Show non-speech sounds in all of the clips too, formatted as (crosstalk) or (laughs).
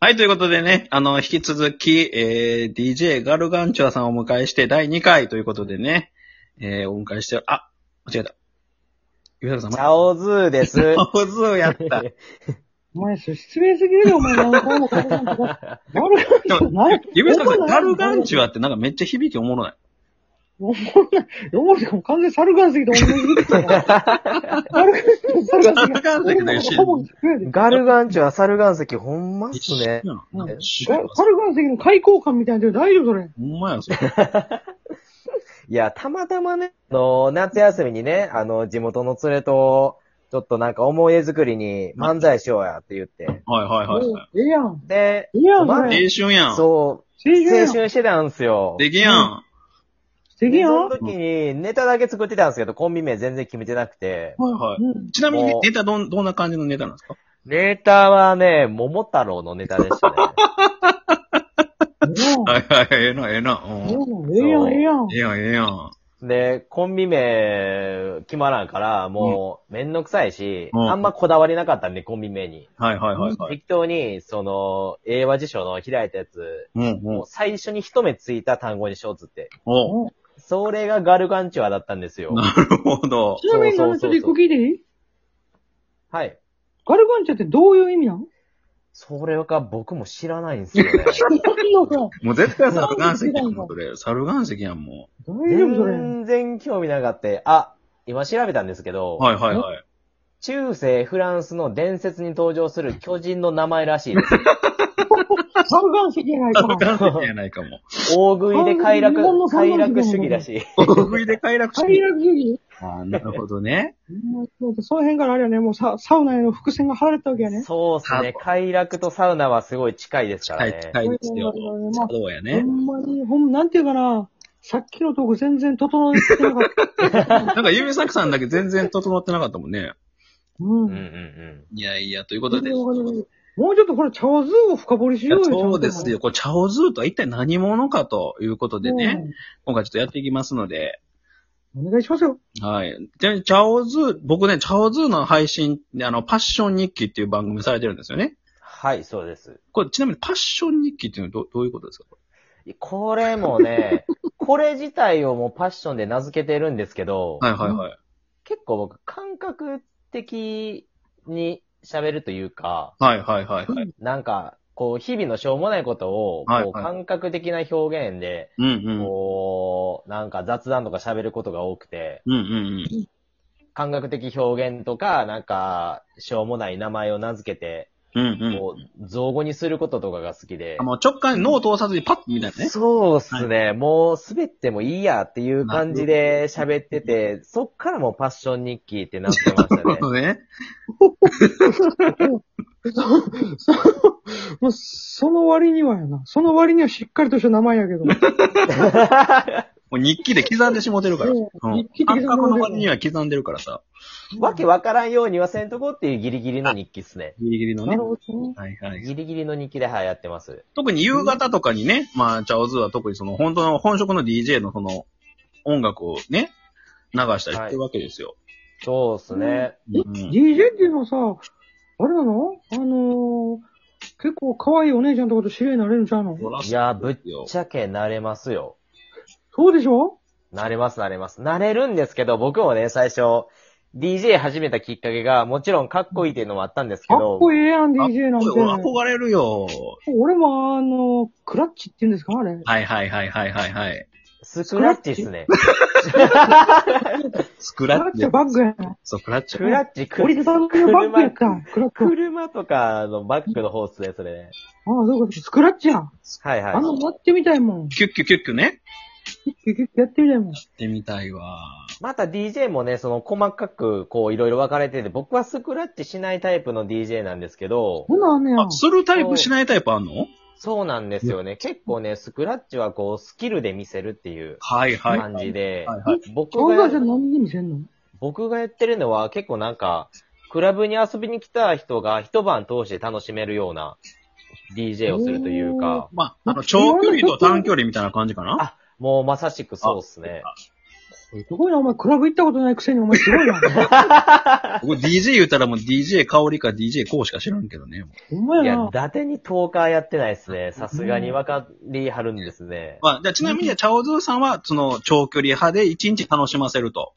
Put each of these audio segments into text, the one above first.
はい、ということでね、あの、引き続き、えー、DJ ガルガンチュアさんをお迎えして第2回ということでね、えー、お迎えして、あ、間違えた。ゆうたろうさん、チま、ャオズーです。上手やった。お前、そ失礼すぎるよ、お前。何回もガルガンチュア。ガルガンチュアない。ゆうたろうさん、ガルガンチュアってなんかめっちゃ響きおもろない。おもろない。おもろない。完全にサルガンすぎて、おもろい。ガルガン、サルガンすぎて。ガルガンだけど一緒ほぼ一緒や (laughs) でガルガンチュア、サルガン石、ほんまっす一緒やね。なうん一緒やガサルガンすぎの開口感みたいなの大丈夫それ。ほんまや、それ。いや、たまたまね、あの、夏休みにね、あの、地元の連れと、ちょっとなんか思い出作りに漫才しようやって言って。はいはいはいはええやん。で、ええやん、そおい。前れ。青春やん。そ青う、春や青ん。素春してたんすよ。できやん。敵でやそんの。時にネタだけ作ってたんですけど、コンビ名全然決めてなくて。はいはい。うん。ちなみにもうネタどん、どんな感じのネタなんですかネタはね、桃太郎のネタでしたね。はいはい、ええな、ええな。うんうんええやん、ええやんえ。えやん、ええやん。で、コンビ名決まらんから、もう、めんどくさいし、うんあんまこだわりなかったんで、コンビ名に。はいはいはいはい。適当に、その、英和辞書の開いたやつ、うんうもんう。最初に一目ついた単語にしようっつって。おそれがガルガンチュアだったんですよ。なるほど。ちなみに、ちょっと一個聞いていいはい。ガルガンチュアってどういう意味なのそれが僕も知らないん (laughs) ですよね。何のさ、もう絶対猿岩石やん、もうそれ。猿岩石やん、も大丈夫それ。全然興味なかった。あ、今調べたんですけう。ど、はいはいはい。中世フランスの伝説に登場する巨人の名前らしいです。サルガン石やない猿か。岩石やないかも。大食いで快楽日本の、三快大楽主義主義らだしい。大食いで快楽主快義。楽主義 (laughs) ああ、なるほどね。もうその辺からあれやね、もうササウナへの伏線が張られてたわけやね。そうですね。快楽とサウナはすごい近いです近からいね。近いですよ。まあ、どうやほね。んまに、ほんま、なんていうかな、さっきのトーク全然整えてなかった。なんか、指作さんだけ全然整ってなかったもんね。ううんうんん。うん。いやいや、ということ全で。然わかんないもうちょっとこれ、チャオズーを深掘りしいやようよ。そうですよ。これ、チャオズーとは一体何者かということちでゃんとね、。今回ちょっとやっていきますので、うんお願いしますよ。はい。ちなみに、チャオズー、僕ね、チャオズーの配信で、あの、パッション日記っていう番組されてるんですよね。はい、そうです。これ、ちなみに、パッション日記っていうのはどどういうことですかここれ (laughs) もね、これ自体をもうパッションで名付けてるんですけど、れはいはいはい。結構僕感覚的に喋るというか、はいはいはいはい。なんか、こう、日々のしょうもないことを、はいこう、はい感覚的な表現で、うんうん。こう、なんか雑談とか喋ることが多くて、うんうんうん。感覚的表現とか、なんか、しょうもない名前を名付けて、うんうん。こう、造語にすることとかが好きであ、もう直感に脳を通さずにパッみたいなね。そうっすね。もう滑ってもいいやっていう感じで喋ってて、そっからもうパッション日記ってなってました (laughs) ね。ね。まあ、その割にはやな。その割にはしっかりとした名前やけど。もう日記で刻んでしもてるから。そううん日記。で感刻んで覚の割には刻んでるからさ。わけわからんようにはせんとこっていうギリギリの日記っすね。ギリギリのなねる。ほどね。はいはい。ギリギリの日記ではいやってます。特に夕方とかにね、まあ、チャオズーは特にその、本当の本職の DJ のその、音楽をね、流したりしてるわけですよ。そうっすね。うん DJ っていうのはさ、あれなのあのー、結構可愛いお姉ちゃんとかと知り合いになれるんちゃうのそらいそうや、ぶっですよちゃけ慣れますよ。そうでしょ慣れます、慣れます。慣れるんですけど、僕もね、最初、DJ 始めたきっかけが、もちろんかっこいいっていうのもあったんですけかっど、こええやん、DJ なんて。憧れるよ。俺もあの、クラッチって言うんですかあれ。はいはいはいはいはいはい。スクラッチっすね。スククララッッチチ。バッグやな。そう、クラッチス。クラッチ、く俺がバッグのバッグやった。クラッチ。あ車とかのバックの方っすね、それね。あ、そういうこと。スクラッチや。はいはいあ。の、やってみたいもん。キュッキュキュッキュね。結局やってみたいもん。やってみたいわ。また DJ もね、その細かく、こう、いろいろ分かれてて、僕はスクラッチしないタイプの DJ なんですけど、ほなあんねやあ、。するタイプしないタイプあんのそうなんですよね。結構ね、スクラッチはこう、スキルで見せるっていうはいはい。感じで、はいはい。僕顔ががじゃ、何で見せんの僕がやってるのは結構なんか、クラブに遊びに来た人が一晩通して楽しめるような DJ をするというか、まあ、あの、長距離と短距離みたいな感じかなあもうまさしくそうっすね。すごいな、お前、クラブ行ったことないくせに、お前すごいな。僕 DJ 言ったらもう DJ 香りか DJ こうしか知らんけどね。ほんまいやや、な伊。達に10日やってないですね。さすがに分かりはるんですね。まあ、じゃあちなみにじゃあチャオズーさんは、その、長距離派で一日楽しませると。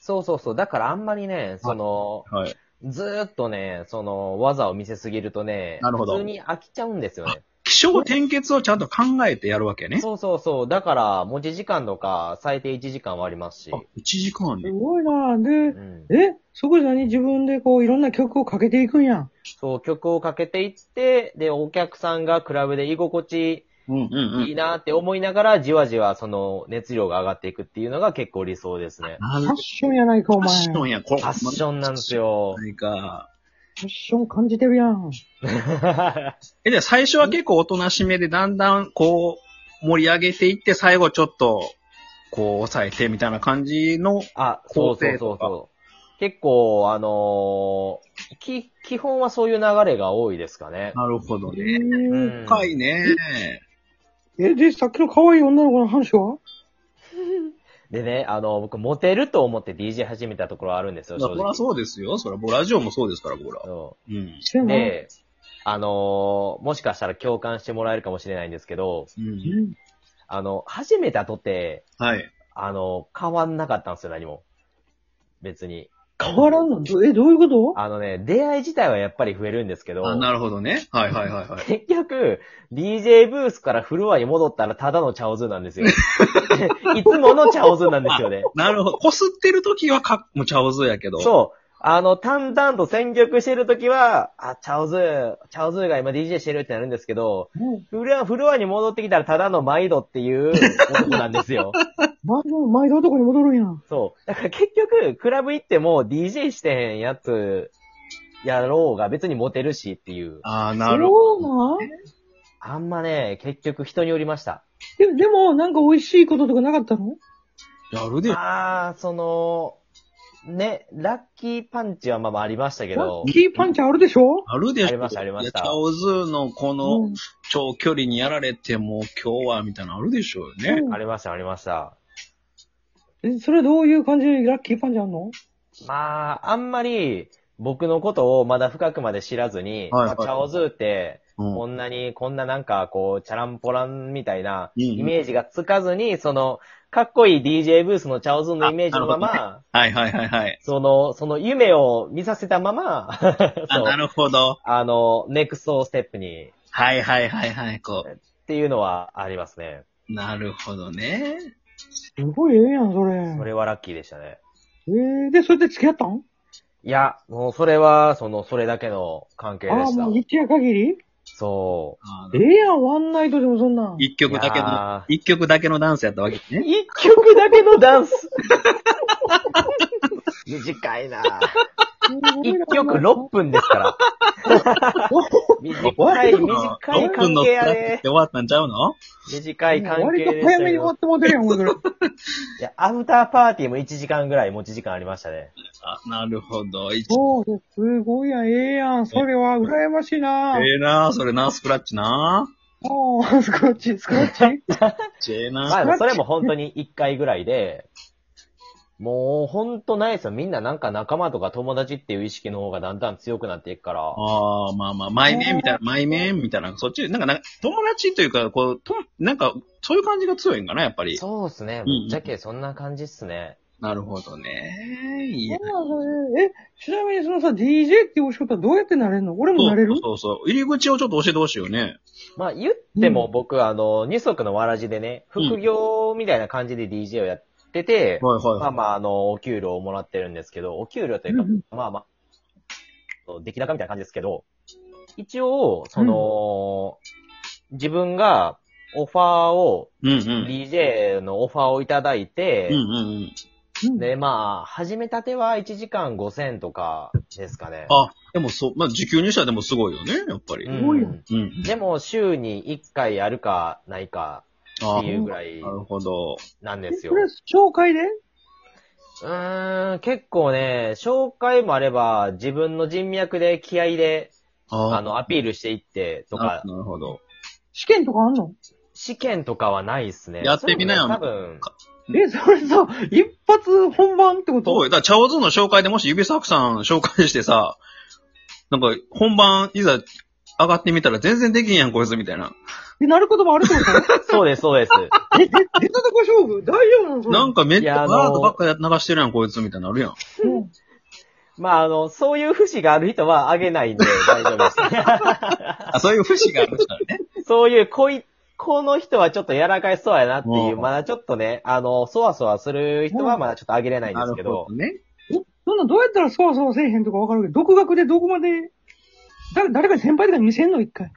そうそうそう。だからあんまりね、その、はい。ずーっとね、その、技を見せすぎるとね、なるほど普通に飽きちゃうんですよね。気象転結をちゃんと考えてやるわけね。そうそうそう。だから、持ち時間とか、最低1時間はありますしあ。、1時間すで。ごいな。うで、ん、えそこじゃに自分でこう、いろんな曲をかけていくんやん。そう、曲をかけていって、で、お客さんがクラブで居心地うんうんういいん。なって思いながら、じわじわその熱量が上がっていくっていうのが結構理想ですね。なフるァほッションやないか、おど。ファ前。ッションや、これファッションなんです。よ。ないか。ファッション感じてるやん。え、じゃあ最初は結構おとなしめで、だんだんこう、盛り上げていって、最後ちょっと、こう、抑えてみたいな感じの、あ、そうそう工そう程そう。結構、あのーき、基本はそういう流れが多いですかね。なるほどえね。ーうん深いね。え、で、さっきの可愛い女の子の話はでね、あの、僕、モテると思って DJ 始めたところあるんですよ、そ正りゃ直。そうですよ。そりゃ、僕ラジオもそうですから、僕ら。そうん。してうなで、あのーもしかしたら共感してもらえるかもしれないんですけど、う。うんんあの、始めたとて、はい。あの、変わんなかったんですよ、何も。別に。変わらんのどえ、どういうことあのね、出会い自体はやっぱり増えるんですけど、あ、なるほどね。はいはいはいはい。結局、DJ ブースからフロアに戻ったらただのチャオズーな (laughs) んですよ。いつものチャオズーなんですよね。なるほど。こすってる時はか、もうちゃうずやけど。う。そう。あの、淡々と選曲してるときは、あ、チャオズー、チャオズーが今 DJ してるってなるんですけど、もフロア、フロアに戻ってきたらただの毎度っていう男なんで (laughs) すよ。う、毎度、毎度男に戻るんやん。そう。だから結局、クラブ行っても DJ してへんやつ、やろうが別にモテるしっていう。あーなるほど。そうなんあんまね、結局人によりました。ででも、なんか美味しいこととかなかったのやるで。あー、その、ね、ラッキーパンチはまあまあありましたけど、キーパンチあるでしょあるでしょ。ありましたありましたいやチャオズーのこうのん。長距離にやられても今日はみたいなのあるでしょうよね。うんありましたありました。え、それはどういう感じでラッキーパンチあんのまあ、あんまり僕のことをまだ深くまで知らずに、はいはいまあチャオズーって、うんこんなに、こんななんかこう、チャランポランみたいなうんイメージがつかずに、その、かっこいい DJ ブースのチャオズーのイメージのまあなるま、はいはいはいはい。その、その夢を見させたまま、 (laughs) あ、そうなるほど。あの、ネクストステップに、はいはいはいはい、こっていうのはありますね。う。なるほどね。すごいええやん、それ。それはラッキーでしたね。えー、で、それで付き合ったんいや、もうそれは、その、それだけの関係でああー、しもうた。一夜限りそあえーえやん、ワンナイトでもそんなん。一曲だけいのや、一曲だけのダンスやったわけう。ね。一曲だけのダンス短いな一曲6分ですから。短い、短い6分関の係ダあンスってれ。終わったんちゃうの短い関係割とでした早めけに終わどっ。てもうてるやん、俺ら。いや、アフターパーティーも1時間ぐらい持ち時間ありましたね。あ、なるほど。一そう、すごいやん、ええやん。それは羨ましいな。ええなそれな、スクラッチな。おー、スクラッチ、ス (laughs) クラッチ。ええまな。あ、それも本当に1回ぐらいで、もう本当ないですよ。みんななんか仲間とか友達っていう意識の方がだんだん強くなっていくから。ああ、まあまあ、前面みたいな、前面みたいな、そっち、なんか、なんか友達というか、こう、と、なんか、そういう感じが強いんかな、やっぱり。そうですね。うんうんぶっちゃけそんな感じっすね。なるほどね。いやそ。うなんだねえ、ちなみにそのさ、DJ っていうお仕事はどうやってなれるの俺もそなれるうそうそう。入り口をちょっと教えてほしいよね。まあ言ってうもん僕、あの、二足のわらじでね、うん副業みたいな感じで DJ をやってて、はいはいはい。まあまあ、あの、お給料をもらってるんですけど、お給料といううんうんか、まあまあ、出来高みたいな感じですけど、一応、その、自分がオファーをうんうん。 DJ のオファーをいただいてうん、うんうん。うんで、まあ、始めたては1時間5000とかですかね。あ、でもそう、まあ時給にしたらでもすごいよね、やっぱり。ううん。んすごいようん、でも、週に1回やるかないかあっあていうぐらいなるほど。なんえですよそ。れは紹介でうーん、結構ね、紹介もあれば、自分の人脈で気合で、ああの、アピールしていってとかな、なるほど。試験とかあんの試験とかはないですね。やってみなよそういうのね多分、え、それさ、一発本番っそてこうよ。とだから、チャオズの紹介でもし指サクさん紹介してさ、なんか、本番、いざ、上がってみたら全然できんやん、こいつ、みたいな。えなることもあるってこと (laughs) そうです、 (laughs) そうです。え、え出たとこ勝負大丈夫なのそれなんかめっちいやゃあのバラードばっか流してるやん、こいつ、みたいになるやん。うんまあ、あの、そういう節がある人はあげないんで大丈夫です。あ、 (laughs) そういう節があるからね。そういう、こい、この人はちょっと柔らかいそうやなっていうう、んまだちょっとね、あの、そわそわする人はまだちょっとあげれないんですけど、ね。そんなんどうやったらそうそうせえへんとかわかるけど、独学でどこまで、だ誰かに先輩とかに見せんの一回。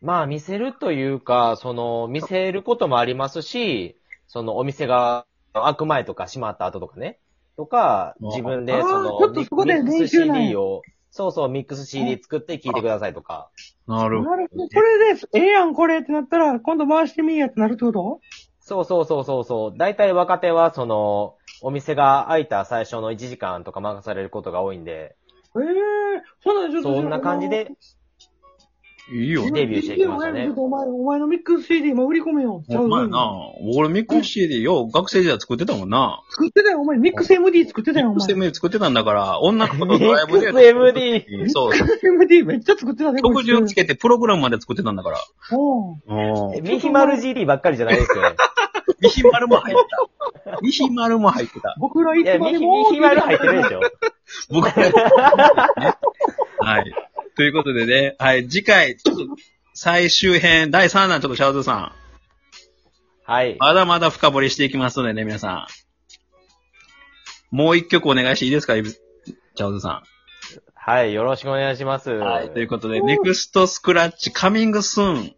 まあ見せるというか、その、見せることもありますし、そのお店が開く前とか閉まった後とかね、とか、うん自分あでーその、ちょっとそこでミッ練クス習なんや CD を、そうそう、ミックス CD 作って聴いてくださいとか。なるほなどるほど。これで、ええやん、これってなったら、今度回してみいやってなるってことそうそうそうそうそう。大体若手は、その、お店が開いた最初の1時間とか任されることが多いんで、ええそんなんちょっと。そんな感じで、いいよね。デビューしていきましたねちょっとお前、お前のミックス CD も売り込めよ。ほんまやな。俺、ミックス CD よう学生時代作ってたもんな。作ってたよ、お前。ミックス MD 作ってたよ、おミック前ス。MD 作ってたんだから、女の子とドライブで。 (laughs) ミックス MD。そう。 MD めっちゃ作ってたね、特こ重いつつけてプログラムまで作ってたんだから。おううん。ミヒマル GD ばっかりじゃないですよね。ミヒマルも入った。ミヒマルも入ってた。僕らいいや、つミまヒでミも。ヒマル入ってるでしょ。僕らはい。ということでね、はい、次回、ちょっと、最終編、第3弾、ちょっとシャウズさん。はい。まだまだ深掘りしていきますのでね、皆さん。もう一曲お願いしていいですか、イブチャオズさはい、よろしくお願いします。ん。はい。ということで、ネクストスクラッチカミングスーン